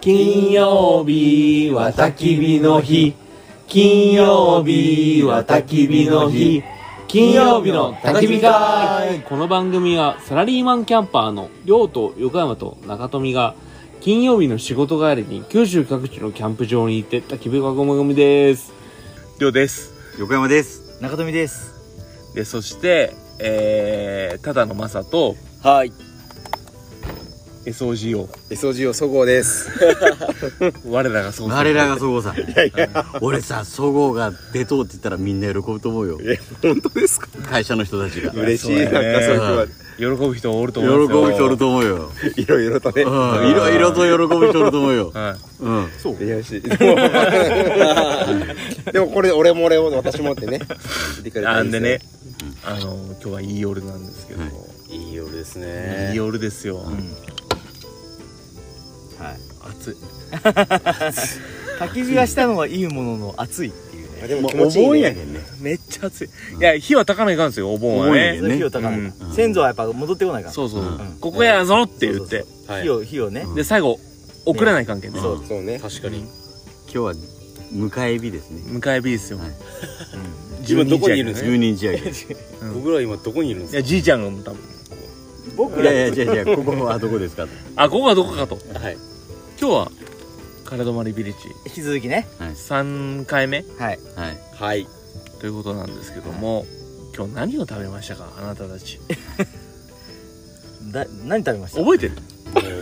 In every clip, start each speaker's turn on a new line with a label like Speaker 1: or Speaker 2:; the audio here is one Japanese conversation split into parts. Speaker 1: 金曜日は焚き火の日金曜日は焚き火の日金曜日の焚き火会
Speaker 2: この番組はサラリーマンキャンパーの亮と横山と中富が金曜日の仕事帰りに九州各地のキャンプ場に行って焚き火囲み組です
Speaker 3: りょうです
Speaker 4: 横山です
Speaker 5: 中富です
Speaker 3: でそしてえー、ただのまさと
Speaker 5: はい
Speaker 3: SOG を
Speaker 4: SOG をそごうです
Speaker 3: 我らがそう
Speaker 4: 我らがそごうさん俺さそごうが出とうって言ったらみんな喜ぶと思うよ
Speaker 5: 本当ですか
Speaker 4: 会社の人たちが喜ぶ
Speaker 5: 嬉しいなん
Speaker 3: そうだね
Speaker 5: かそういう
Speaker 3: 喜ぶ人おると思うんですよ
Speaker 4: 人おると思うよ
Speaker 5: 人いろいろとね
Speaker 4: うんいろいろと喜ぶ人おると思うよ
Speaker 3: はい
Speaker 4: うんそう
Speaker 5: いやしでもでもこれ俺も俺も私もってね言ってくれた
Speaker 3: なんでね
Speaker 5: すよ
Speaker 3: あの今日はいい夜なんですけど、
Speaker 4: はいいい夜です
Speaker 3: いい
Speaker 4: ね
Speaker 3: 夜ですよ、
Speaker 4: はい
Speaker 3: 暑い
Speaker 6: 焚き火がしたのはいいものの暑いっていうね
Speaker 5: あでも
Speaker 4: も
Speaker 5: 気
Speaker 4: う
Speaker 5: 持
Speaker 4: お
Speaker 5: ちいい
Speaker 4: 盆や
Speaker 5: ね
Speaker 4: けんね
Speaker 3: めっちゃ暑いいや火はたかないかんですよお盆は
Speaker 4: お盆
Speaker 3: ね
Speaker 4: やけ
Speaker 6: それ火を高める、先祖はやっぱ戻ってこないから
Speaker 3: そうそう、
Speaker 4: うん
Speaker 3: ここやぞって言って
Speaker 6: そうそうそう
Speaker 4: はい
Speaker 6: 火を火をね、
Speaker 3: で最後送らない関係ね
Speaker 5: そうそうね
Speaker 4: 確かに今日は迎え日ですね
Speaker 3: 迎え火ですよ、
Speaker 4: はい
Speaker 3: 今どこにいるん
Speaker 4: 12日やけん
Speaker 3: 僕ら今どこにいるんですかいやじいちゃんがもう多分
Speaker 6: 僕
Speaker 4: い
Speaker 6: ら
Speaker 4: やいや違う違うここはどこですかと
Speaker 3: あここはどこかと
Speaker 4: はい
Speaker 3: 今日はカレドマリビリッジ
Speaker 6: 引き続きね
Speaker 3: 3回目
Speaker 6: はい
Speaker 4: はい
Speaker 5: はい
Speaker 3: ということなんですけども今日何を食べましたかあなたたち
Speaker 6: だ何食べました
Speaker 3: 覚えてる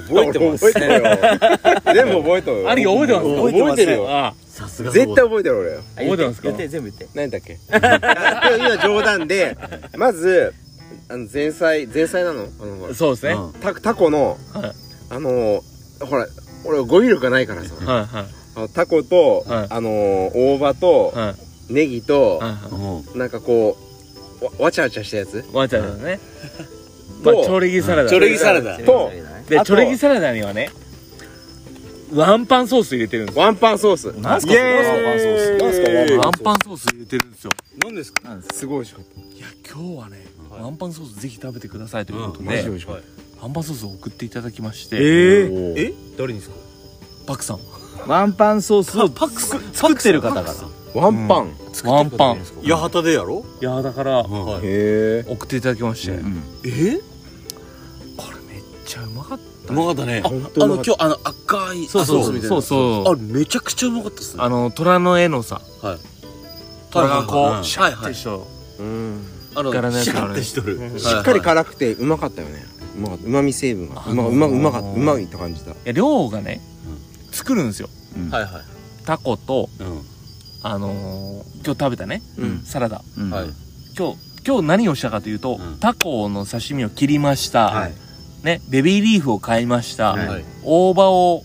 Speaker 5: 覚えてます覚えてるよ全部覚えてるよ
Speaker 3: 兄貴覚えてます
Speaker 5: 覚えてますよ
Speaker 3: あ
Speaker 4: さすが
Speaker 5: 絶対覚えてる俺よ
Speaker 3: 覚えてますか
Speaker 6: 言って全部言って
Speaker 5: 何だっけあ今今冗談でまずあの前菜前菜なのあの
Speaker 3: あそうですね、
Speaker 4: うん
Speaker 5: タタコの
Speaker 3: はい
Speaker 5: あのほら俺語彙力がないからさ
Speaker 3: はいは
Speaker 5: あのタコと、
Speaker 3: はい
Speaker 5: あの大葉と、
Speaker 3: いはい
Speaker 5: ネギと、
Speaker 3: はいは
Speaker 4: うん
Speaker 5: なんかこうわわちゃわちゃしたやつ
Speaker 3: いワンちゃんだねまあ
Speaker 5: と
Speaker 3: チョレギサラダ
Speaker 4: チョレギサラダ
Speaker 5: と
Speaker 3: で
Speaker 5: あ
Speaker 3: チ
Speaker 5: と
Speaker 3: ョレギサラダにはねワンパンソース入れてるんですよ
Speaker 5: ワンパンソース
Speaker 6: 何すかそれ
Speaker 4: ーイ
Speaker 5: なんすかワン
Speaker 3: ワンパンソース入れてるんですよ
Speaker 4: 何ですか
Speaker 5: すごい美味しかっ
Speaker 3: いや今日はね、ワンパンソースぜひ食べてくださいということ
Speaker 4: うん
Speaker 3: で、
Speaker 4: マジ美味しかった
Speaker 3: ワンパンソースを送っていただきまして、
Speaker 4: おー
Speaker 5: 誰にですか
Speaker 3: パクさん
Speaker 6: ワンパンソースを
Speaker 3: パクさん
Speaker 6: 作ってる方から
Speaker 5: ワンパン、
Speaker 3: ワンパン
Speaker 4: 八幡でやろ
Speaker 3: いやだから
Speaker 4: は
Speaker 5: へえ
Speaker 3: 送っていただきまして、
Speaker 6: ん
Speaker 3: えこれめっちゃうまかった
Speaker 4: うまかったね
Speaker 5: 本当の
Speaker 7: 今日あの赤い
Speaker 3: そうそうそうそう
Speaker 7: あめちゃくちゃうまかったっすね
Speaker 3: あの虎の絵のさ、
Speaker 7: はい
Speaker 3: 虎がこう、
Speaker 4: はい
Speaker 3: シャッてしょ、
Speaker 5: うん
Speaker 7: あの
Speaker 3: 柄のやつ
Speaker 4: シ
Speaker 3: があ
Speaker 4: ャッ
Speaker 3: る
Speaker 4: てしとる
Speaker 3: い
Speaker 5: しっかり辛くてうまかったよねうまかったうまみ成分がうまうまうまかったうまいって感じだ
Speaker 3: や量がね作るんですよ
Speaker 7: はいはい
Speaker 3: タコと
Speaker 4: うん
Speaker 3: あのー、今日食べたね、
Speaker 5: うん
Speaker 3: サラダ
Speaker 6: うん
Speaker 7: はい
Speaker 3: 今日今日何をしたかというと、
Speaker 4: うん
Speaker 3: タコの刺身を切りました、
Speaker 4: はい
Speaker 3: ね、ベビーリーフを買いました、
Speaker 4: はい
Speaker 3: 大葉を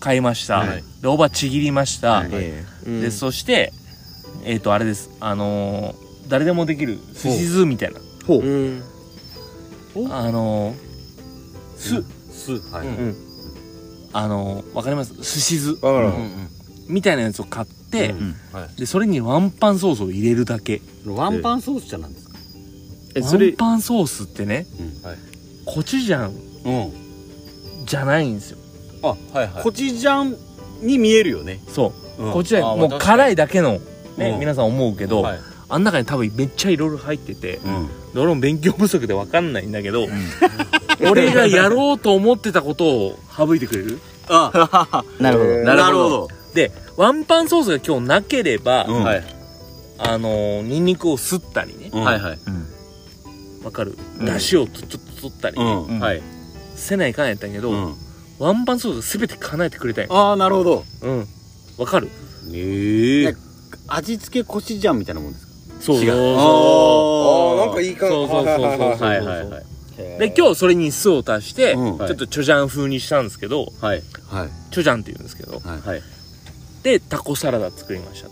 Speaker 3: 買いました、
Speaker 4: はい
Speaker 3: で大葉ちぎりました、
Speaker 4: はい
Speaker 5: ええ
Speaker 3: でそしてえっ、とあれですあのー、誰でもできる寿司酢みたいな
Speaker 5: うんうん
Speaker 3: あのー、酢
Speaker 4: スーはい
Speaker 5: うん
Speaker 3: あのー、わかります寿司酢
Speaker 5: わからん
Speaker 3: みたいなやつを買って、
Speaker 4: うん
Speaker 3: でそれにワンパンソースを入れるだけ
Speaker 4: ワンパンソースじゃなんですか
Speaker 3: ワンパンソースってね、
Speaker 4: うん
Speaker 7: はい
Speaker 3: コチュジャン
Speaker 4: うん
Speaker 3: じゃないんですよ
Speaker 7: あはいはい
Speaker 4: コチュジャンに見えるよね
Speaker 3: そう
Speaker 4: うん
Speaker 3: こっちは
Speaker 7: あー
Speaker 3: もう
Speaker 7: まあ確かに
Speaker 3: 辛いだけの、ね
Speaker 4: うん
Speaker 3: 皆さん思うけど、
Speaker 7: はい
Speaker 3: あん中に多分めっちゃいろいろ入ってて、
Speaker 4: うん
Speaker 3: どれも勉強不足で分かんないんだけど、 俺がやろうと思ってたことを省いてくれる
Speaker 4: あ
Speaker 6: なるほ
Speaker 5: え
Speaker 6: ど
Speaker 5: ー
Speaker 4: なるほど
Speaker 3: でワンパンソースが今日なければ、
Speaker 4: うん
Speaker 7: はい
Speaker 3: あのー、ニンニクをすったりね
Speaker 4: うん
Speaker 7: はいはい
Speaker 3: わかるだし、をちょっと取ったり、
Speaker 4: う
Speaker 3: ね
Speaker 4: ん
Speaker 6: うん
Speaker 7: はい
Speaker 3: せないかんやったんやけど、
Speaker 4: うん
Speaker 3: ワンパンソースが全て叶えてくれたんや
Speaker 4: ああなるほど
Speaker 3: うんわかる
Speaker 4: ええ味付けコチュジャンみたいなもんですか
Speaker 3: そうそう
Speaker 4: 違う
Speaker 3: そ
Speaker 5: あーなんかいい感
Speaker 3: う
Speaker 5: じ
Speaker 3: そうそうそうそうそうそう
Speaker 7: はいはいはい
Speaker 3: で今日それに酢を足して、
Speaker 4: うん
Speaker 3: ちょっとチョジャン風にしたんですけど
Speaker 7: はい
Speaker 4: はい
Speaker 3: チョジャンって言うんですけど
Speaker 7: はい
Speaker 3: でタコサラダ作りました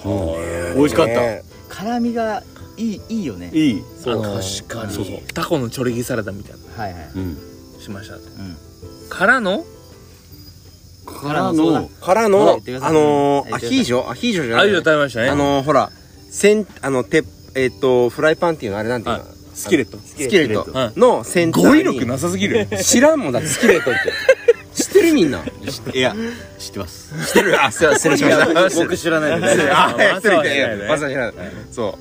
Speaker 3: と
Speaker 4: 美味しかった
Speaker 5: ね
Speaker 6: 辛みがいいいいよね
Speaker 4: いい
Speaker 3: あのー
Speaker 7: 確かに
Speaker 3: そうそうタコのチョレギサラダみたいな
Speaker 6: はいはい
Speaker 4: うん
Speaker 3: のしましたと、
Speaker 6: ん
Speaker 3: からの
Speaker 4: から
Speaker 6: そうだ
Speaker 4: の
Speaker 5: から
Speaker 6: はい
Speaker 5: の
Speaker 6: 言ってください
Speaker 5: あのー
Speaker 6: はい
Speaker 5: アヒージョアヒージョじゃ
Speaker 3: あ
Speaker 5: な
Speaker 3: あ
Speaker 5: い
Speaker 3: いうの食べましたね
Speaker 5: あのーほらせんあのてえっとフライパンっていうのあれなんていうの
Speaker 3: スキレット
Speaker 5: スキレッ
Speaker 4: スキレ
Speaker 5: トの先端に
Speaker 3: さすぎる
Speaker 5: 知らんもんだってスキレットって知ってるみんな。
Speaker 8: いや知ってます
Speaker 5: 知ってるあ、 すいません失礼しました。
Speaker 3: 僕知らないで
Speaker 5: 失
Speaker 3: す
Speaker 5: 礼あ、 失
Speaker 3: は
Speaker 5: 礼
Speaker 3: 知らない
Speaker 5: で
Speaker 3: ね
Speaker 5: まさに知らない。そ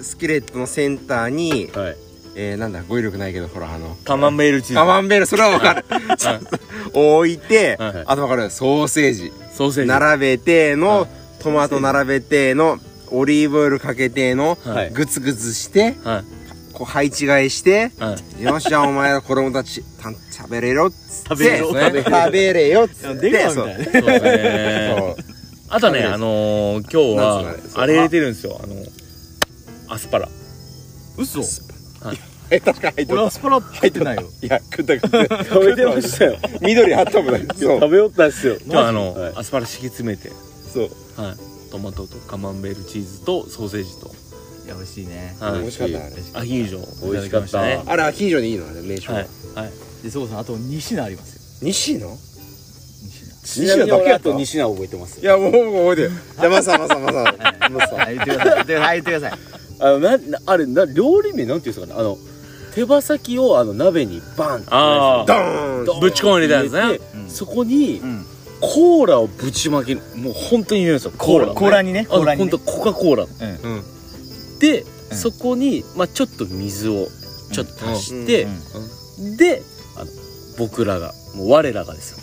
Speaker 5: う。スキレットのセンターに、
Speaker 3: はい
Speaker 5: えー、なんだ、語彙力ないけど、ほら、あの、
Speaker 3: カマンベールチ
Speaker 5: カ
Speaker 3: ー
Speaker 5: マンベール、それはわかる。そう そう置いて、
Speaker 3: はいはい
Speaker 5: あとわかる、ソーセージ。
Speaker 3: ズソーセージ
Speaker 5: 並べての、トマト並べての、オリーブオイルかけての、
Speaker 3: はい
Speaker 5: グツグツして、
Speaker 3: はい
Speaker 5: こう配置換えして、
Speaker 3: は
Speaker 5: よしじゃあお前ら子供たちた食べれろっつって食
Speaker 3: べれろ
Speaker 5: 食べれよっつって
Speaker 6: 出川み
Speaker 5: そう
Speaker 6: たいな
Speaker 3: そうです ね
Speaker 5: そう
Speaker 3: あとね、あのー、今日
Speaker 5: なん
Speaker 3: は
Speaker 5: つうのあれ、そう
Speaker 3: あれ入れてるんですよ、あの、アスパラ。
Speaker 6: 嘘
Speaker 5: え確か入って
Speaker 6: 俺
Speaker 5: た
Speaker 6: アスパラ入ってないよ
Speaker 5: いや食った食った食べてましたよ緑あったもんねそう
Speaker 4: 食べよったっすよ
Speaker 3: 今日はあの、
Speaker 4: はい
Speaker 3: アスパラ敷き詰めて、
Speaker 5: そう
Speaker 3: はい。トマトとカマンベールチーズとソーセージと、
Speaker 6: いや美味しいね
Speaker 3: は
Speaker 5: 美味
Speaker 3: い。
Speaker 5: しかったあれ
Speaker 3: アヒージョ、
Speaker 4: 美味しかった
Speaker 3: いだきまし
Speaker 5: あれアヒージョでいいのあれ名称
Speaker 3: たね。はい。はい。
Speaker 6: でそうさんあと2品ありますよ
Speaker 5: 西野
Speaker 6: 2
Speaker 4: 西野だけやと西野覚えてます
Speaker 5: いやもう覚えてるじゃあマサマサマサマ
Speaker 6: 品
Speaker 5: サ
Speaker 6: はい言ってくださいではい言ってください
Speaker 4: あのななあれな料理名なんていうんですかねあの手羽先をあの鍋にバンって
Speaker 3: あ
Speaker 5: ド
Speaker 3: あ、
Speaker 5: ーン
Speaker 4: ドーン
Speaker 3: ぶち込んで入れたん
Speaker 4: 入
Speaker 3: で
Speaker 4: れ
Speaker 3: す
Speaker 4: て
Speaker 3: ね。
Speaker 6: うん
Speaker 4: そこに
Speaker 6: うん
Speaker 4: コーラをぶちまけるもう本当に言うんですよコーラ
Speaker 6: コーラにねコーラ
Speaker 4: あ
Speaker 6: に
Speaker 4: 本
Speaker 6: ね
Speaker 4: 当コカ・コーラ
Speaker 5: うんうん
Speaker 4: で、
Speaker 6: うん
Speaker 4: そこに、まあ、ちょっと水をちょっと足して、
Speaker 6: うん
Speaker 4: であの僕らがもう我らがですよ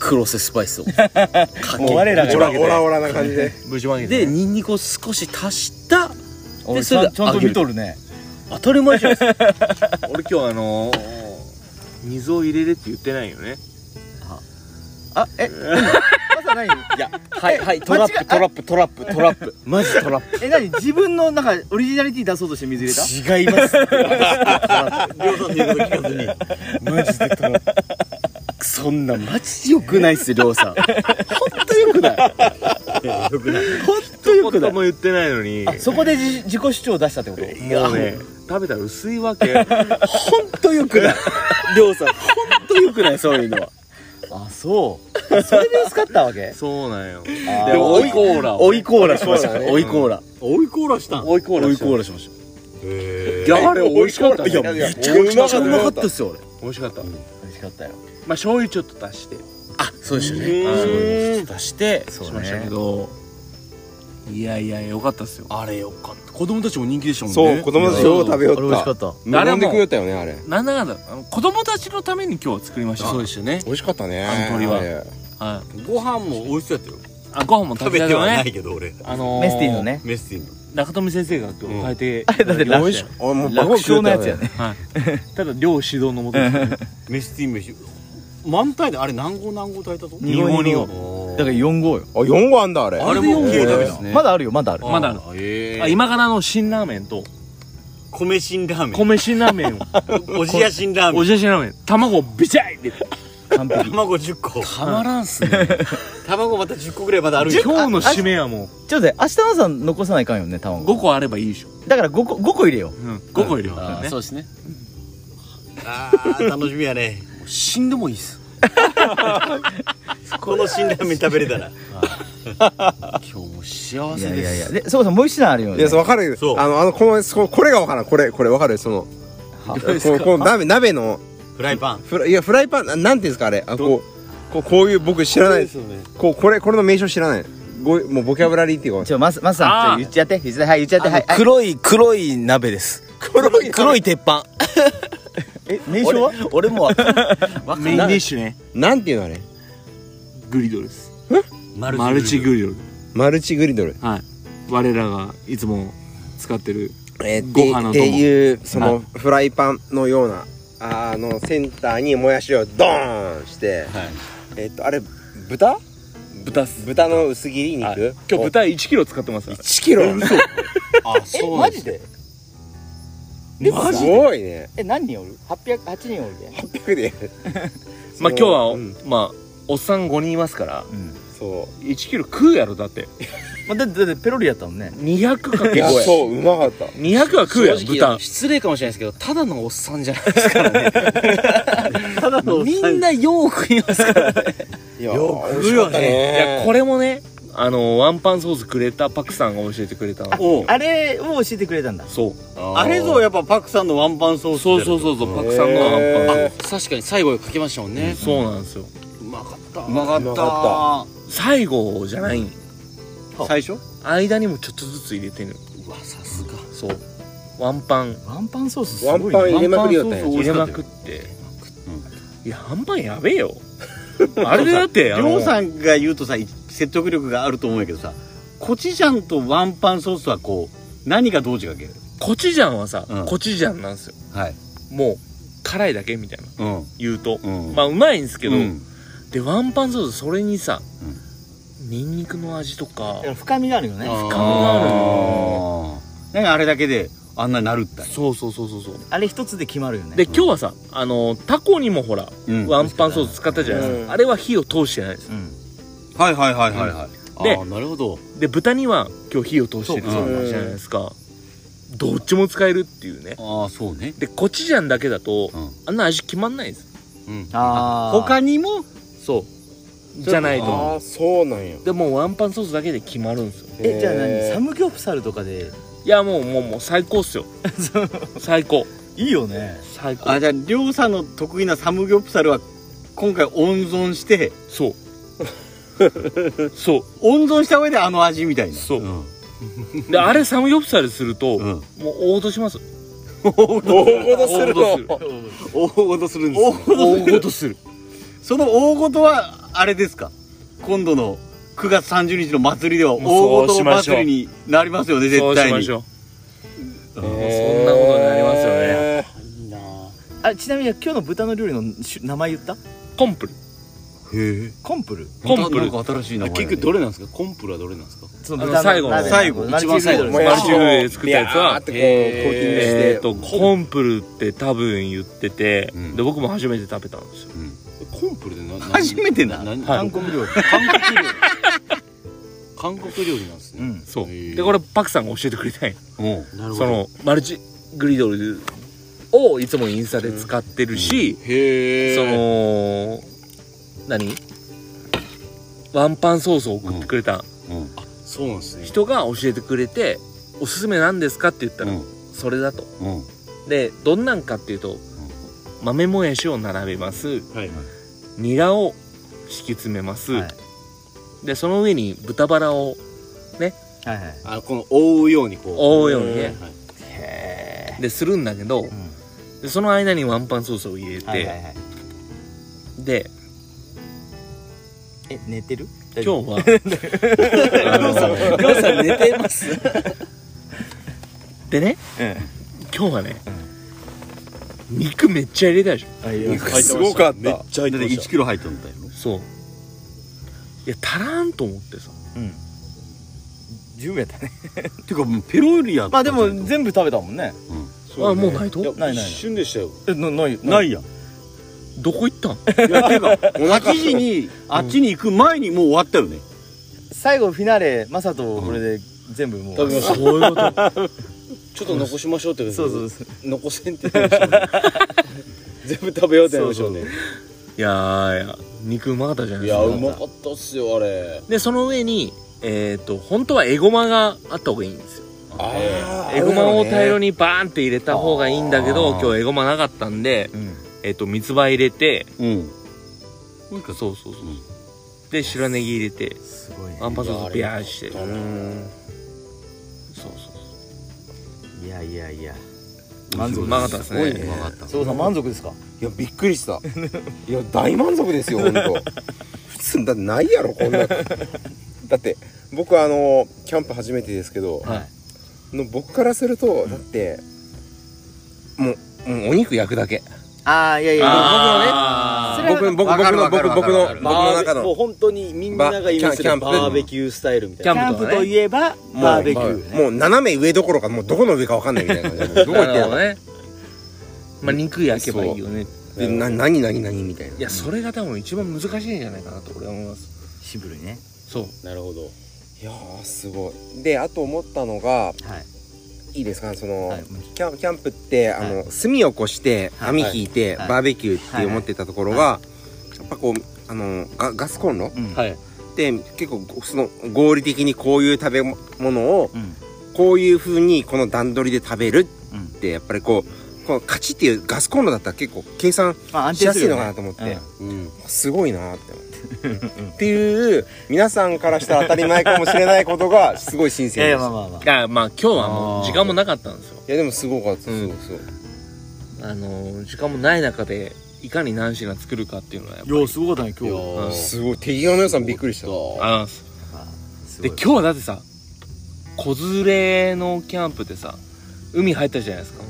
Speaker 4: クロセスパイスをか
Speaker 6: もう我らが
Speaker 5: オラオラオラな感じで
Speaker 3: ぶちまけ
Speaker 4: け
Speaker 3: て
Speaker 4: で
Speaker 3: ね。
Speaker 4: ニンニクを少し足した
Speaker 6: 俺
Speaker 4: それ
Speaker 6: ちゃ
Speaker 4: で
Speaker 6: んちゃんと見とるね
Speaker 4: 当たり前じゃないですか
Speaker 3: 俺今日あのー、水を入れれって言ってないよね。
Speaker 6: あえ朝何いや
Speaker 4: はいはいトラップトラップトラップトラップマジトラップ
Speaker 6: え何自分のなんかオリジナリティ出そうとして水入れた
Speaker 4: 違います
Speaker 8: 両さんの言うこと聞かずに
Speaker 4: マジでトラップそんなマジ良くないっすよりょうさん本当良くない
Speaker 8: よくない
Speaker 4: 本当良くな
Speaker 3: と
Speaker 4: い
Speaker 3: も言ってないのに、
Speaker 6: あそこでじ自己主張出したってこと
Speaker 3: もうね、食べたら薄いわけ。
Speaker 4: 本当良くないりょうさん本当良くないそういうのは
Speaker 6: あそうそれで薄かったわけ
Speaker 3: そうなんよ。
Speaker 6: あ
Speaker 3: で
Speaker 6: ー
Speaker 3: 追いコーラを
Speaker 4: 追いコーラしました追いコーラ
Speaker 8: 追いコーラしたん
Speaker 4: 追いコーラ追いコーラしました
Speaker 8: へ
Speaker 4: いやあれ美味しかった
Speaker 5: いやめ
Speaker 4: めちゃくちゃうまかった
Speaker 5: う
Speaker 4: っすよ俺
Speaker 3: 美味しかった。ま
Speaker 6: 美味しかったよ
Speaker 3: あ醤油ちょっと足して。
Speaker 4: あそうでしたね
Speaker 3: うん
Speaker 4: そういうのちょっとして
Speaker 6: そう
Speaker 3: し
Speaker 6: ね
Speaker 3: ましたけど、いやいや良かったっすよ
Speaker 8: あれよかった子供たちも人気でしたもん
Speaker 5: そ
Speaker 8: ね
Speaker 5: う子供たちよう食べよ
Speaker 6: あれ美味しか
Speaker 5: っ
Speaker 6: った
Speaker 5: た無言で食うよったよねあれ
Speaker 3: なんだかんだあの子供たちのために今日は作りました
Speaker 8: そうでしたね
Speaker 5: 美味しかったね
Speaker 3: あの鳥は
Speaker 5: あれ
Speaker 3: はい
Speaker 8: ご飯も美味しそうやったよ
Speaker 3: あご飯も食
Speaker 8: 食べ
Speaker 3: べた
Speaker 8: て
Speaker 3: けど
Speaker 8: はな
Speaker 3: ね
Speaker 8: いけど俺
Speaker 3: あのー、
Speaker 6: メスティンのね
Speaker 8: メスティンの
Speaker 3: 中富先生が今日変えて、
Speaker 6: あれだって楽
Speaker 3: し
Speaker 5: あもう
Speaker 6: 楽勝のやつやね
Speaker 3: ただ量指導のもとですね
Speaker 8: メスティン飯満タイであれ何号何号炊いたと
Speaker 6: 二号二号だから4号よ
Speaker 5: あ4個あんだあれ
Speaker 8: あれも9
Speaker 5: えー
Speaker 8: 食べですね
Speaker 6: まだあるよまだある
Speaker 3: まだある
Speaker 8: え
Speaker 3: あ今からの辛ラーメンと
Speaker 8: 米辛ラーメン
Speaker 3: 米辛ラーメンを
Speaker 8: おじや辛ラーメ
Speaker 3: お
Speaker 8: ン
Speaker 3: じや辛ラーメン卵をビチャイって
Speaker 6: 完璧
Speaker 8: 卵10個
Speaker 3: たまらんっすね
Speaker 8: 卵また10個ぐらいまだある
Speaker 3: 今
Speaker 8: よ
Speaker 3: 日の締めはも
Speaker 6: ちょっと待って明日の朝残さないかんよね
Speaker 3: う
Speaker 6: 卵
Speaker 3: 5個あればいいでしょ、
Speaker 6: だから5個5個入れよう
Speaker 3: うん、5個入れようから
Speaker 8: あ
Speaker 3: ね
Speaker 8: そうですねあー楽しみやね
Speaker 4: 死んでもいいっす
Speaker 8: この辛ラーメン食べれたら
Speaker 4: 今日も幸
Speaker 6: い
Speaker 4: せ
Speaker 6: や
Speaker 4: です
Speaker 6: いやいやでそうさんもう一品あるよ
Speaker 5: い
Speaker 6: ね
Speaker 5: やそうわかる
Speaker 8: そう
Speaker 5: あのあのこのそうこれがわからんこれこれわかるそのこのこの鍋鍋の
Speaker 8: フライパン
Speaker 5: フラいやフライパンななんていうんですかあれあこうこうこういう僕知らないですこうこれこれの名称知らないごもうボキャブラリーっていうか
Speaker 6: ちょマスマスさんち
Speaker 3: あ
Speaker 6: ょ
Speaker 3: ー
Speaker 6: 言っちゃって言っちゃってはい言っちゃってはい
Speaker 9: 黒い黒い鍋です黒い黒い鉄板
Speaker 6: え名称は
Speaker 9: 俺もわかんない
Speaker 3: メインディッシュね
Speaker 5: なんていうのあれ
Speaker 3: グリドルです
Speaker 8: マ
Speaker 3: マルチ
Speaker 8: ル
Speaker 3: グリドル
Speaker 5: マルチグリドル
Speaker 3: はい我らがいつも使ってる
Speaker 5: えー、
Speaker 3: ご飯の
Speaker 5: ってって
Speaker 3: 友
Speaker 5: いうそのフライパンのようなあのセンターにもやしをドーンして、えっとあれ豚
Speaker 3: 豚っす
Speaker 5: 豚の薄切り肉、
Speaker 3: はい今日豚1キロ使ってますから
Speaker 5: 1キロ
Speaker 8: あそうなんです
Speaker 6: で
Speaker 5: マジすごいね
Speaker 6: え何人おる808人おるで
Speaker 5: 800で
Speaker 3: まあ今日は、
Speaker 5: うん
Speaker 3: まあおっさん5人いますから
Speaker 5: そ
Speaker 3: 1キロ食うやろだって
Speaker 6: まあだってだってペロリやったもんね
Speaker 3: 200か
Speaker 5: うい
Speaker 3: け
Speaker 5: や
Speaker 3: 5や
Speaker 5: そううまかった
Speaker 3: 200は食うやろ豚
Speaker 4: 失礼かもしれないですけどただのおっさんじゃないですか らねみんなよう食いますからね
Speaker 5: いや美味しかった
Speaker 3: いや
Speaker 5: ね
Speaker 3: これもねあのワンパンソースくれたパクさんが教えてくれたの
Speaker 6: あれを教えてくれたんだ
Speaker 3: そう
Speaker 8: あれぞやっぱパクさんのワンパンソース
Speaker 3: そうそうそうそうパクさんのワンパン
Speaker 5: へ
Speaker 3: あ
Speaker 4: 確かに最後かけましたもんね
Speaker 3: そうなんですよ
Speaker 4: まあうまかった
Speaker 5: うまか
Speaker 3: 最後じゃないん
Speaker 4: 最初
Speaker 3: 間にもちょっとずつ入れてる
Speaker 4: うわさすが
Speaker 3: そうワンパン
Speaker 6: ワンパンソースす
Speaker 5: ワ
Speaker 6: ご
Speaker 5: ン
Speaker 6: い
Speaker 5: パン
Speaker 6: ね
Speaker 5: 入れまくりよったんや
Speaker 3: 入れまくっていやワンパンやべえよあれでだってあ
Speaker 4: りょ
Speaker 3: の
Speaker 4: うさんが言うとさ説得力があると思うんやけどさコチュジャンとワンパンソースはこう何がどう違うわけ
Speaker 3: コチュジャンはさ、
Speaker 4: うん
Speaker 3: コチュジャンなんですよ
Speaker 4: はい
Speaker 3: もう辛いだけみたいな
Speaker 4: うん
Speaker 3: 言うと、
Speaker 4: うん
Speaker 3: まあうまいんですけど、
Speaker 4: うん
Speaker 3: でワンパンソースそれにさ、
Speaker 4: うん
Speaker 3: ニンニクの味とか
Speaker 6: 深みがあるよね
Speaker 4: あー
Speaker 3: がある
Speaker 4: なんかあれだけであんなになるった
Speaker 3: そうそうそうそうそう
Speaker 6: あれ一つで決まるよね
Speaker 3: で今日はさあのタコにもほら、
Speaker 4: うん
Speaker 3: ワンパンソース使ったじゃないですか、
Speaker 5: うん
Speaker 3: あれは火を通してないです
Speaker 6: うん
Speaker 4: はいはいはいはいはい
Speaker 3: で
Speaker 4: あーなるほど
Speaker 3: で豚には今日火を通してる
Speaker 4: そうか
Speaker 3: じゃないですかどっちも使えるっていうね
Speaker 4: ああそうね
Speaker 3: でコチュジャンだけだと、
Speaker 4: うん
Speaker 3: あんな味決まんないです
Speaker 4: うん
Speaker 6: あー
Speaker 4: 他にも
Speaker 3: そうじゃないと
Speaker 5: ああそうなんや
Speaker 3: でもうワンパンソースだけで決まるんですよ
Speaker 6: えじゃあ
Speaker 5: へ
Speaker 6: 何
Speaker 5: ー
Speaker 6: サムギョプサルとかで
Speaker 3: いやもうもうもう最高っすよ最高
Speaker 6: いいよね
Speaker 3: 最高
Speaker 4: あじゃありょうさんの得意なサムギョプサルは今回温存して
Speaker 3: そうそう
Speaker 4: 温存した上であの味みたいな
Speaker 3: そうんであれサムギョプサルすると、
Speaker 4: うん
Speaker 3: もう大ごとします
Speaker 5: 大事するの
Speaker 3: 大ごとする
Speaker 4: 大ごとするんです
Speaker 3: 大ごとする
Speaker 4: その大ごとはあれですか今度の9月30日の祭りでは大
Speaker 3: もうそ
Speaker 4: ご
Speaker 3: うし
Speaker 4: と
Speaker 3: ましょう
Speaker 4: 祭りになりますよね
Speaker 3: そ
Speaker 4: 絶
Speaker 3: うし
Speaker 4: 対
Speaker 3: ま
Speaker 4: に
Speaker 3: しょうそんなことになりますよね
Speaker 5: え
Speaker 6: あちなみに今日の豚の料理の種名前言った
Speaker 3: コンプル
Speaker 4: へえ
Speaker 6: コンプル
Speaker 3: コンプ
Speaker 4: な
Speaker 3: ル
Speaker 4: んか新しい名前
Speaker 10: 結局どれなんですかコンプルはどれなんですか
Speaker 6: そ
Speaker 3: あの最後の
Speaker 6: 鍋
Speaker 4: 最後
Speaker 6: マルチ
Speaker 10: 一番最後
Speaker 6: ビー
Speaker 5: も
Speaker 6: ドル
Speaker 5: や
Speaker 3: マ
Speaker 5: し
Speaker 3: ルチルーで作ったやつ
Speaker 5: ビャー
Speaker 3: は
Speaker 5: ってこうコーティングして
Speaker 3: えーとコンプルって多分言ってて
Speaker 4: うん
Speaker 3: で僕も初めて食べたんですよ
Speaker 10: コンプルでな
Speaker 4: 初めてな
Speaker 10: 何
Speaker 3: はい
Speaker 10: 韓国料理韓国料理韓国料理なんですね、
Speaker 6: うん
Speaker 3: そう
Speaker 10: へー
Speaker 3: でこれパクさんが教えてくれたんや
Speaker 4: うん
Speaker 10: なるほど
Speaker 3: そのマルチグリドルをいつもインスタで使ってるし
Speaker 10: へえ
Speaker 3: その何ワンパンソースを送ってくれた
Speaker 4: うん
Speaker 10: そうなんですね
Speaker 3: 人が教えてくれておすすめなんですかって言ったら
Speaker 4: うん
Speaker 3: それだと
Speaker 4: うん
Speaker 3: でどんなんかっていうと豆もやしを並べます
Speaker 10: はい
Speaker 3: ニラを敷き詰めます、
Speaker 6: はい
Speaker 3: でその上に豚バラを
Speaker 6: はいはい
Speaker 10: あこの覆うようにこう
Speaker 3: 覆うようにね
Speaker 10: はい
Speaker 3: でするんだけど、でその間にワンパンソースを入れて、
Speaker 6: はいはいはい
Speaker 3: で
Speaker 6: え寝てる
Speaker 3: 今日は りょうさん寝てます でね
Speaker 6: え
Speaker 3: 今日はね、肉めっちゃ入れたでしょ
Speaker 5: すごかっ
Speaker 10: めったちゃ入
Speaker 4: だ
Speaker 10: っ
Speaker 4: ってて
Speaker 10: まし
Speaker 4: 1キロ入ったみたいな
Speaker 3: そういや足らんと思ってさ
Speaker 6: 十分やったね
Speaker 4: ていうかもうペロリや
Speaker 6: まあでも全部食べたもんね
Speaker 3: あもうないと
Speaker 6: な
Speaker 10: た
Speaker 6: いないな
Speaker 10: 一
Speaker 6: い
Speaker 10: 瞬でしたよ
Speaker 6: えなない
Speaker 4: ないいやん
Speaker 3: どこ行ったん
Speaker 4: いやていうか8時にあっちに行く前にもう終わったよね
Speaker 6: 最後フィナーレマサトこれで全部もう
Speaker 10: 食べました
Speaker 3: そういうこと
Speaker 10: ちょっと残しましょうって
Speaker 6: そうそうそう
Speaker 10: 残せんって言いましたね全部食べようって言いましょうね
Speaker 3: いやーいや肉うまかったじゃない
Speaker 10: い
Speaker 3: で
Speaker 10: や
Speaker 3: すか
Speaker 10: うまかったっすよあれ
Speaker 3: でその上にえっ、と本当はエゴマがあった方がいいんですよ
Speaker 5: あー
Speaker 3: エゴマを大量にバーンって入れた方がいいんだけど
Speaker 4: あー
Speaker 3: 今日エゴマなかったんで、えっと三つ葉入れて
Speaker 4: うん
Speaker 3: そうそうそうで白ネギ入れて
Speaker 6: すごいね
Speaker 3: アンパンソースビャーしてそうう
Speaker 5: ーん
Speaker 3: そうそ
Speaker 6: いやいやいや
Speaker 3: ううまかったですね
Speaker 4: うまかった
Speaker 6: そうさん満足ですか
Speaker 5: いやびっくりしたいや大満足ですよ本当普通だないやろこんなだって僕あのキャンプ初めてですけど、
Speaker 3: は
Speaker 5: の僕からするとだってもうもうお肉焼くだけ
Speaker 6: ああいやいや
Speaker 3: あ
Speaker 5: 僕の僕僕
Speaker 4: わかる
Speaker 5: の
Speaker 4: わか
Speaker 5: 僕
Speaker 4: る
Speaker 5: の僕の
Speaker 4: わかる
Speaker 5: 僕
Speaker 10: バ
Speaker 5: の
Speaker 10: ーベ
Speaker 5: 中
Speaker 10: もう
Speaker 5: の
Speaker 10: 本当にみんながイメージす
Speaker 5: キャ
Speaker 10: る
Speaker 5: ンプ
Speaker 10: バーベキュースタイルみたい
Speaker 3: キ
Speaker 10: な
Speaker 3: ャンプとかね
Speaker 6: えば
Speaker 5: バーベキューもう斜め上どころかもうどこの上かわかんないみたいな感じで どこ行
Speaker 3: な
Speaker 5: って
Speaker 3: る
Speaker 5: や
Speaker 3: ほど
Speaker 5: ろ
Speaker 3: ね まあ肉焼けばいいよね
Speaker 5: でな何何何みたいない
Speaker 3: やそれが多分一番難しいんじゃないかなと俺は思います
Speaker 6: シブルね
Speaker 3: そう
Speaker 10: なるほど
Speaker 5: いやーすごいであと思ったのが
Speaker 6: はい
Speaker 5: いいですかその、
Speaker 6: はい
Speaker 5: キャンキャンプってあの、炭を起こして
Speaker 6: はい
Speaker 5: 網引いて、
Speaker 6: はい
Speaker 5: バーベキューっ
Speaker 6: は
Speaker 5: て
Speaker 6: い
Speaker 5: 思ってたところが、やっぱこうあのガガスコンロ
Speaker 6: うん
Speaker 10: はい
Speaker 5: って結構その合理的にこういう食べ物を
Speaker 6: うん
Speaker 5: こういう風にこの段取りで食べる
Speaker 6: うん
Speaker 5: ってやっぱりこうこのカチっていうガスコンロだったら結構計算
Speaker 6: まあ安
Speaker 5: し
Speaker 6: 定
Speaker 5: や
Speaker 6: す
Speaker 5: すい
Speaker 6: る
Speaker 5: の
Speaker 6: よ
Speaker 5: かな
Speaker 6: ね
Speaker 5: と思って、
Speaker 6: うん
Speaker 5: すごいなーって思ってっていう皆さんからしたら当たり前かもしれないことがすごい新
Speaker 6: いやい
Speaker 5: 鮮で
Speaker 6: や
Speaker 5: し
Speaker 6: まあ
Speaker 5: た
Speaker 6: まあまあ
Speaker 3: あまあ今日はも
Speaker 5: あ
Speaker 3: う
Speaker 5: ー
Speaker 3: 時間もなかったんですよ
Speaker 5: いやでもすごかったすごいすごい
Speaker 3: あの時間もない中でいかに何品作るかっていうのはやっぱり
Speaker 6: いやすごかったね今日
Speaker 3: うん
Speaker 5: すごい手際の良さにびっくりした
Speaker 3: あーで今日はだってさ子連れのキャンプでさ海入ったじゃないですか、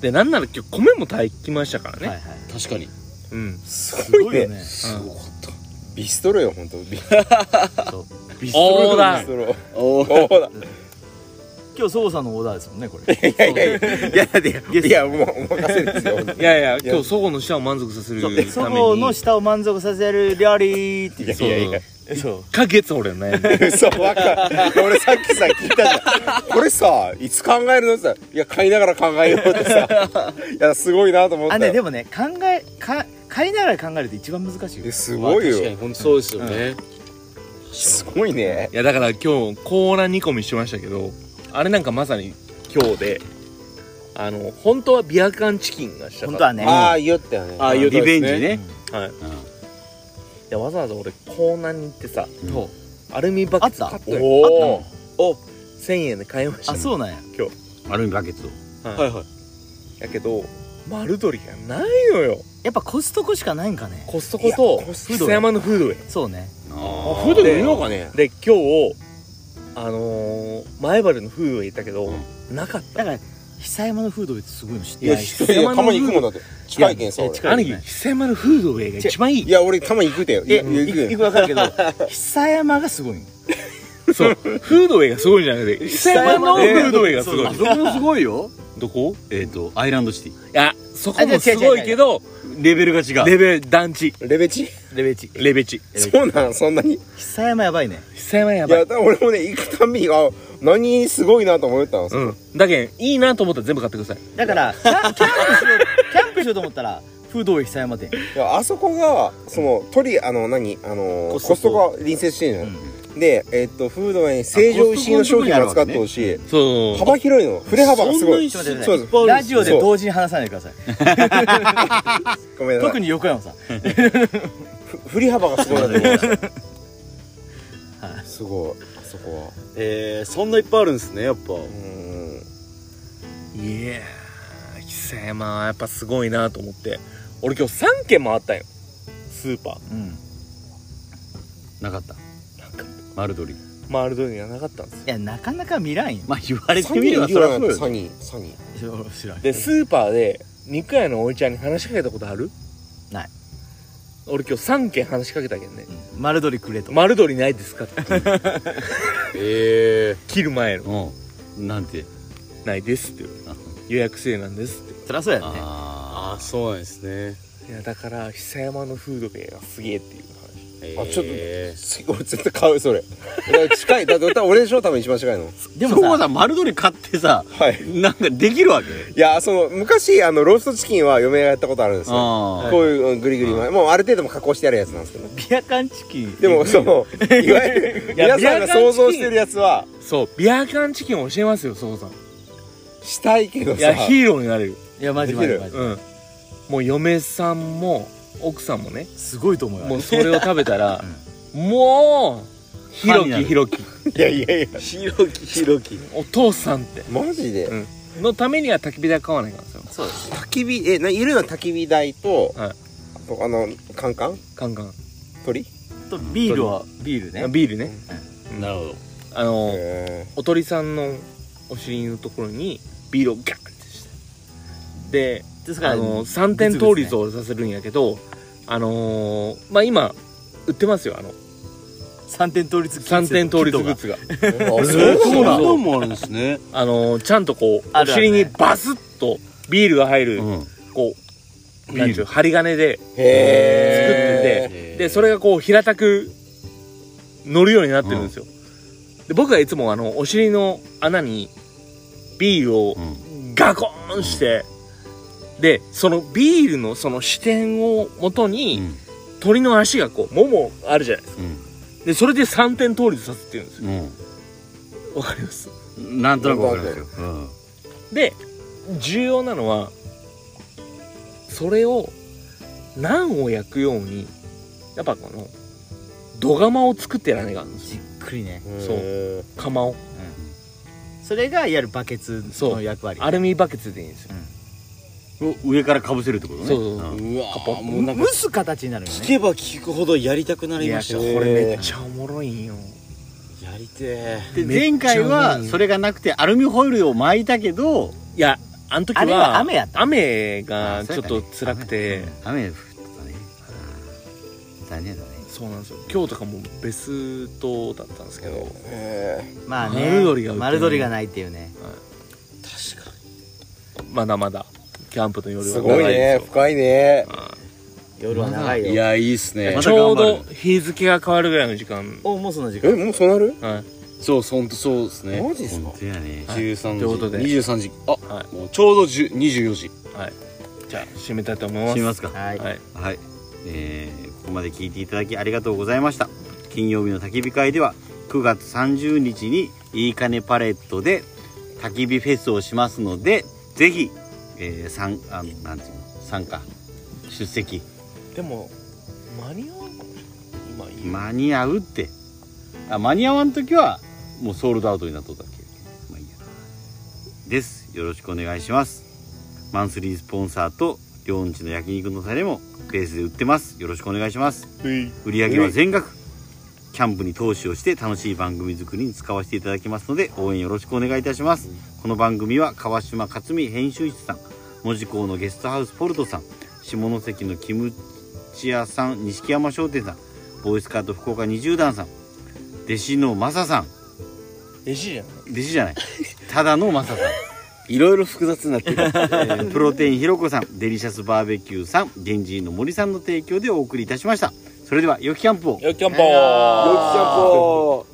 Speaker 3: でなんなら今日米も炊きましたからね、
Speaker 6: はいはい
Speaker 11: 確かに
Speaker 3: うん
Speaker 5: す
Speaker 6: す
Speaker 5: ご
Speaker 6: ご
Speaker 5: い
Speaker 6: いよ
Speaker 5: ね
Speaker 6: ね
Speaker 3: すご
Speaker 5: かったビストロよ本当ビ
Speaker 6: そう
Speaker 5: ビス
Speaker 3: オ
Speaker 5: ト
Speaker 3: ー
Speaker 5: ロ
Speaker 3: ダー
Speaker 5: ビストロ
Speaker 11: お
Speaker 5: オーダー
Speaker 6: 今日そうさんのオーダーですもんねこれ
Speaker 5: いやいやいやいやだっていやもうお任せですよ本当に
Speaker 3: いやいや今日そごの舌を満足させるために
Speaker 6: そこの下を満足させる料理って言
Speaker 5: いや
Speaker 6: っ
Speaker 5: いやいや
Speaker 6: てそう
Speaker 3: 1ヶ月俺悩んで
Speaker 5: 嘘わかんない俺さっきさ聞いたじゃんこれさいつ考えるのってさいや買いながら考えようってさいやすごいなと思った
Speaker 6: あ
Speaker 5: よ
Speaker 6: ねでもね考えか買いながら考えるって一番難しいよ
Speaker 5: えすごい
Speaker 11: 確かに
Speaker 5: よ
Speaker 11: 本当そうですよね
Speaker 5: すごいね
Speaker 3: いやだから今日コーラ煮込みしてましたけどあれなんかまさに今日であの本当はビア缶チキンがしたかっ
Speaker 6: 本当
Speaker 3: た
Speaker 6: はね
Speaker 5: ああ言ったよね
Speaker 11: ああいう
Speaker 4: リベンジね
Speaker 3: いやわざわざ俺コーナーに行ってさ、
Speaker 6: そ
Speaker 3: アルミバケツ
Speaker 6: あった
Speaker 3: 買ったよ
Speaker 5: おお
Speaker 3: 1000円で買いました
Speaker 6: あ
Speaker 3: ね
Speaker 6: そうなんや
Speaker 4: アルミバケツを
Speaker 3: はいはいだけど丸鶏がないのよ
Speaker 6: やっぱコストコしかないんかね
Speaker 3: コストコと
Speaker 5: いやコストコ
Speaker 3: 久山のフードウェイ
Speaker 6: そうね
Speaker 5: フード見ようかね
Speaker 3: で今日あのー、前原のフードウェイ行ったけど、なかっ
Speaker 6: だから久山のフードウェイってすごいの知っ
Speaker 5: い
Speaker 6: てな
Speaker 5: や
Speaker 6: い
Speaker 5: 一人でたまに行くもんだって近いけんさ
Speaker 3: た兄
Speaker 5: 俺
Speaker 3: 貴久山のフードウェイが一番いい
Speaker 5: いや俺たまに行くでよいや行く
Speaker 6: い
Speaker 5: よ
Speaker 6: くわかるけど久山がすごいの
Speaker 3: そうフードウェイがすごいんじゃなくて久山のフードウェイがすごい
Speaker 4: あそこもすごいよ
Speaker 3: どこ
Speaker 4: えっとアイランドシティ
Speaker 3: いやそこもすごいけど
Speaker 4: レベルが違う
Speaker 3: レベル団地
Speaker 5: レベチ
Speaker 3: レベチレベチ
Speaker 5: そうなんそんなにい
Speaker 6: 久山やばいね
Speaker 3: 久山やばい
Speaker 5: やだから俺もね行くたんびにあ何すごいなと思ったんですよ
Speaker 3: うんだけんいいなと思ったら全部買ってください
Speaker 6: だからキャンキャンプしようキャンプしようと思ったらフードウェイ久山店
Speaker 5: いやあそこがその鳥あの何あのコストコが隣接してるのよでえっとフードウェイに成城石井の商品を扱ってほしい
Speaker 3: そう
Speaker 5: 幅広いの振れ幅がすごい
Speaker 6: ちょっと待って
Speaker 5: そう
Speaker 6: くださいラジオで
Speaker 5: そう
Speaker 6: 同時に話さないでください
Speaker 5: ごめんなさ
Speaker 6: 特
Speaker 5: い
Speaker 6: に横山さん
Speaker 5: 振り幅がすごいなと思いましたすごいあそこは
Speaker 11: えー、そんないっぱいあるんですねやっぱ
Speaker 5: うーん
Speaker 3: いやー久山はやっぱすごいなと思って俺今日3軒回ったんよスーパー
Speaker 6: うん
Speaker 4: なかった
Speaker 3: なんか
Speaker 4: 丸鶏
Speaker 3: 回る時がなかったんですよ
Speaker 6: いやなかなか見らんよ
Speaker 4: まあ言われ
Speaker 5: サ
Speaker 4: て
Speaker 5: ニ
Speaker 4: みれ
Speaker 5: ー
Speaker 4: ば
Speaker 5: い
Speaker 4: そ
Speaker 5: る
Speaker 4: りゃ
Speaker 5: よ
Speaker 4: そう
Speaker 5: ね
Speaker 4: よ
Speaker 5: サニーサニー
Speaker 6: 知らん
Speaker 3: でスーパーで肉屋のおいちゃんに話しかけたことある
Speaker 6: ない
Speaker 3: 俺今日3軒話しかけたけんね
Speaker 6: うん丸鶏くれ
Speaker 3: 「
Speaker 6: と
Speaker 3: 丸鶏ないですか?」って
Speaker 11: え
Speaker 3: 切る前の
Speaker 4: うんなんて
Speaker 3: 「ないです」って言う予約制なんですっ
Speaker 6: そりゃそうやね
Speaker 4: あ
Speaker 11: ああそうなんですね
Speaker 3: ていやだから久山のフードウェイがすげえっていう話
Speaker 5: あちょっと
Speaker 11: え
Speaker 5: 俺絶対買うそれだから近いだって俺でしょ多分一番近いの
Speaker 6: で
Speaker 4: そこ
Speaker 6: もさ
Speaker 4: さ丸鶏買ってさ
Speaker 5: はい
Speaker 4: なんかできるわけ
Speaker 5: いやその昔あのローストチキンは嫁がやったことあるんですよ
Speaker 4: あ
Speaker 5: こういううんグリグリ前もうある程度も加工してあるやつなんですけど
Speaker 6: ビア缶チキン
Speaker 5: でもそのいわゆる皆さんが想像してるやつは
Speaker 3: そうビアカンチキン教えますよそうさん
Speaker 5: したいけど
Speaker 3: い
Speaker 5: さ
Speaker 3: やヒーローになれる
Speaker 6: いやマジ
Speaker 5: で
Speaker 6: マ
Speaker 5: き
Speaker 6: ジ
Speaker 5: る
Speaker 6: マジ
Speaker 3: うんもう嫁さんも奥さんもね
Speaker 6: すごいと思うよあれ
Speaker 3: もうそれを食べた ら、もうひろきひろき
Speaker 5: いやいやいや
Speaker 11: ー、ひろきひろき
Speaker 3: お父さんって
Speaker 5: マジで
Speaker 3: のためには焚き火台買わないからさ
Speaker 5: 焚き火えなゆるの焚き火台と
Speaker 3: はい
Speaker 5: あとあのカンカン
Speaker 3: カンカン
Speaker 5: 鳥
Speaker 6: とビールはビールね
Speaker 3: ビールね
Speaker 4: あなるほど
Speaker 3: あの、
Speaker 5: へ
Speaker 3: おとりさんのお尻のところにビールをガーンってしてで
Speaker 6: ですから
Speaker 3: あの三点倒立を俺させるんやけど、あのー、まあ今売ってますよあの
Speaker 6: 三点倒立
Speaker 3: 三点倒立グッ
Speaker 6: が
Speaker 3: ズが
Speaker 5: ーあ
Speaker 4: そ
Speaker 5: そうう
Speaker 4: そう
Speaker 3: な
Speaker 4: なん
Speaker 3: だ
Speaker 4: のもあるんですね
Speaker 3: あのー、ちゃんとこう
Speaker 6: あ
Speaker 3: お
Speaker 6: るある
Speaker 3: 尻
Speaker 6: ね
Speaker 3: にバスッとビールが入る、
Speaker 4: うん
Speaker 3: こうなんちゅう針金で
Speaker 5: へ
Speaker 3: 作っててでそれがこう平たく乗るようになってるんですよ、で僕はいつもあのお尻の穴にビールを
Speaker 4: うん
Speaker 3: ガコーンして、でそのビールのその視点をもとに、
Speaker 4: うん
Speaker 3: 鳥の足がこうももあるじゃないですか
Speaker 4: う
Speaker 3: でそれで3点倒立させてるんですよ
Speaker 4: ん
Speaker 3: わかります
Speaker 4: うんなんとなくわかりますようん
Speaker 3: で重要なのはそれを何を焼くようにやっぱこの土釜を作ってやらねえかんです
Speaker 6: じっくりね
Speaker 3: そう
Speaker 5: う
Speaker 3: 釜を
Speaker 6: それがいわゆるバケツの役割
Speaker 3: アルミバケツでいいんですよ
Speaker 4: 上からかぶせるってことね
Speaker 3: そうそうそう
Speaker 5: うわーもうなんか
Speaker 6: 蒸す形になるよ
Speaker 5: 聞
Speaker 6: ね
Speaker 5: けば聞くほどやりたくなりましたね
Speaker 3: これめっちゃおもろいんよ
Speaker 5: やりてえ
Speaker 4: で前回はそれがなくてアルミホイルを巻いたけど
Speaker 3: いやあの時
Speaker 6: あれは
Speaker 3: は
Speaker 6: 雨やった
Speaker 3: 雨
Speaker 4: あ
Speaker 3: が
Speaker 4: そう
Speaker 3: ち
Speaker 4: や
Speaker 3: ょっ
Speaker 4: っ
Speaker 3: た
Speaker 4: ね
Speaker 3: と辛くて
Speaker 4: 雨降ったね残念だね
Speaker 3: そうなんですよ今日とかもベストだったんですけど
Speaker 6: まあね
Speaker 3: 丸鶏が売ってる
Speaker 6: 丸鶏がないっていうね
Speaker 3: まだまだキャンプの夜は
Speaker 12: すごい
Speaker 3: 長で
Speaker 12: ね
Speaker 3: すよ
Speaker 12: 深いね
Speaker 6: 夜は長いよ
Speaker 5: いやいいっすね
Speaker 4: ま
Speaker 3: ち
Speaker 4: だ
Speaker 3: ょ
Speaker 4: 頑
Speaker 3: う
Speaker 4: 張る
Speaker 3: ど日付が変わるぐらいの時間
Speaker 6: おもうその時
Speaker 12: え
Speaker 6: 間
Speaker 12: もうそうなる
Speaker 3: はい
Speaker 5: そうそうほんとそうですね
Speaker 12: マジっすか
Speaker 5: 本当やね13
Speaker 3: ということで
Speaker 5: 時23時あ
Speaker 3: は
Speaker 5: もうちょうど10 24時
Speaker 3: じゃあ締めたいと思います
Speaker 4: 閉めますか
Speaker 6: はい
Speaker 3: はい
Speaker 4: はい、えーここまで聞いていただきありがとうございました金曜日の焚き火会では9月30日にいいかねパレットで焚き火フェスをしますのでぜひ、えー、参あのなんていうの参加出席
Speaker 3: でも間に合わんかもしれない今いい
Speaker 4: 間に合うってあ間に合わん時はもうソールドアウトになっとったっけまあいいやですよろしくお願いしますマンスリースポンサーと両んちの焼肉のタレもベースで売ってますよろしくお願いします売り上げは全額キャンプに投資をして楽しい番組作りに使わせていただきますので応援よろしくお願いいたしますこの番組は川島克美編集室さん門司港のゲストハウスポルトさん下関のキムチ屋さん錦山商店さんボーイスカート福岡20段さん弟子のマサさん
Speaker 3: 弟子じゃん
Speaker 4: 弟子じ ゃないただのマサさん
Speaker 5: いろいろ複雑になってる
Speaker 4: えープロテインひろこさんデリシャスバーベキューさん源氏の森さんの提供でお送りいたしましたそれでは良きキャンプを
Speaker 3: よっキャン
Speaker 12: よき
Speaker 3: ポー
Speaker 12: キャンプ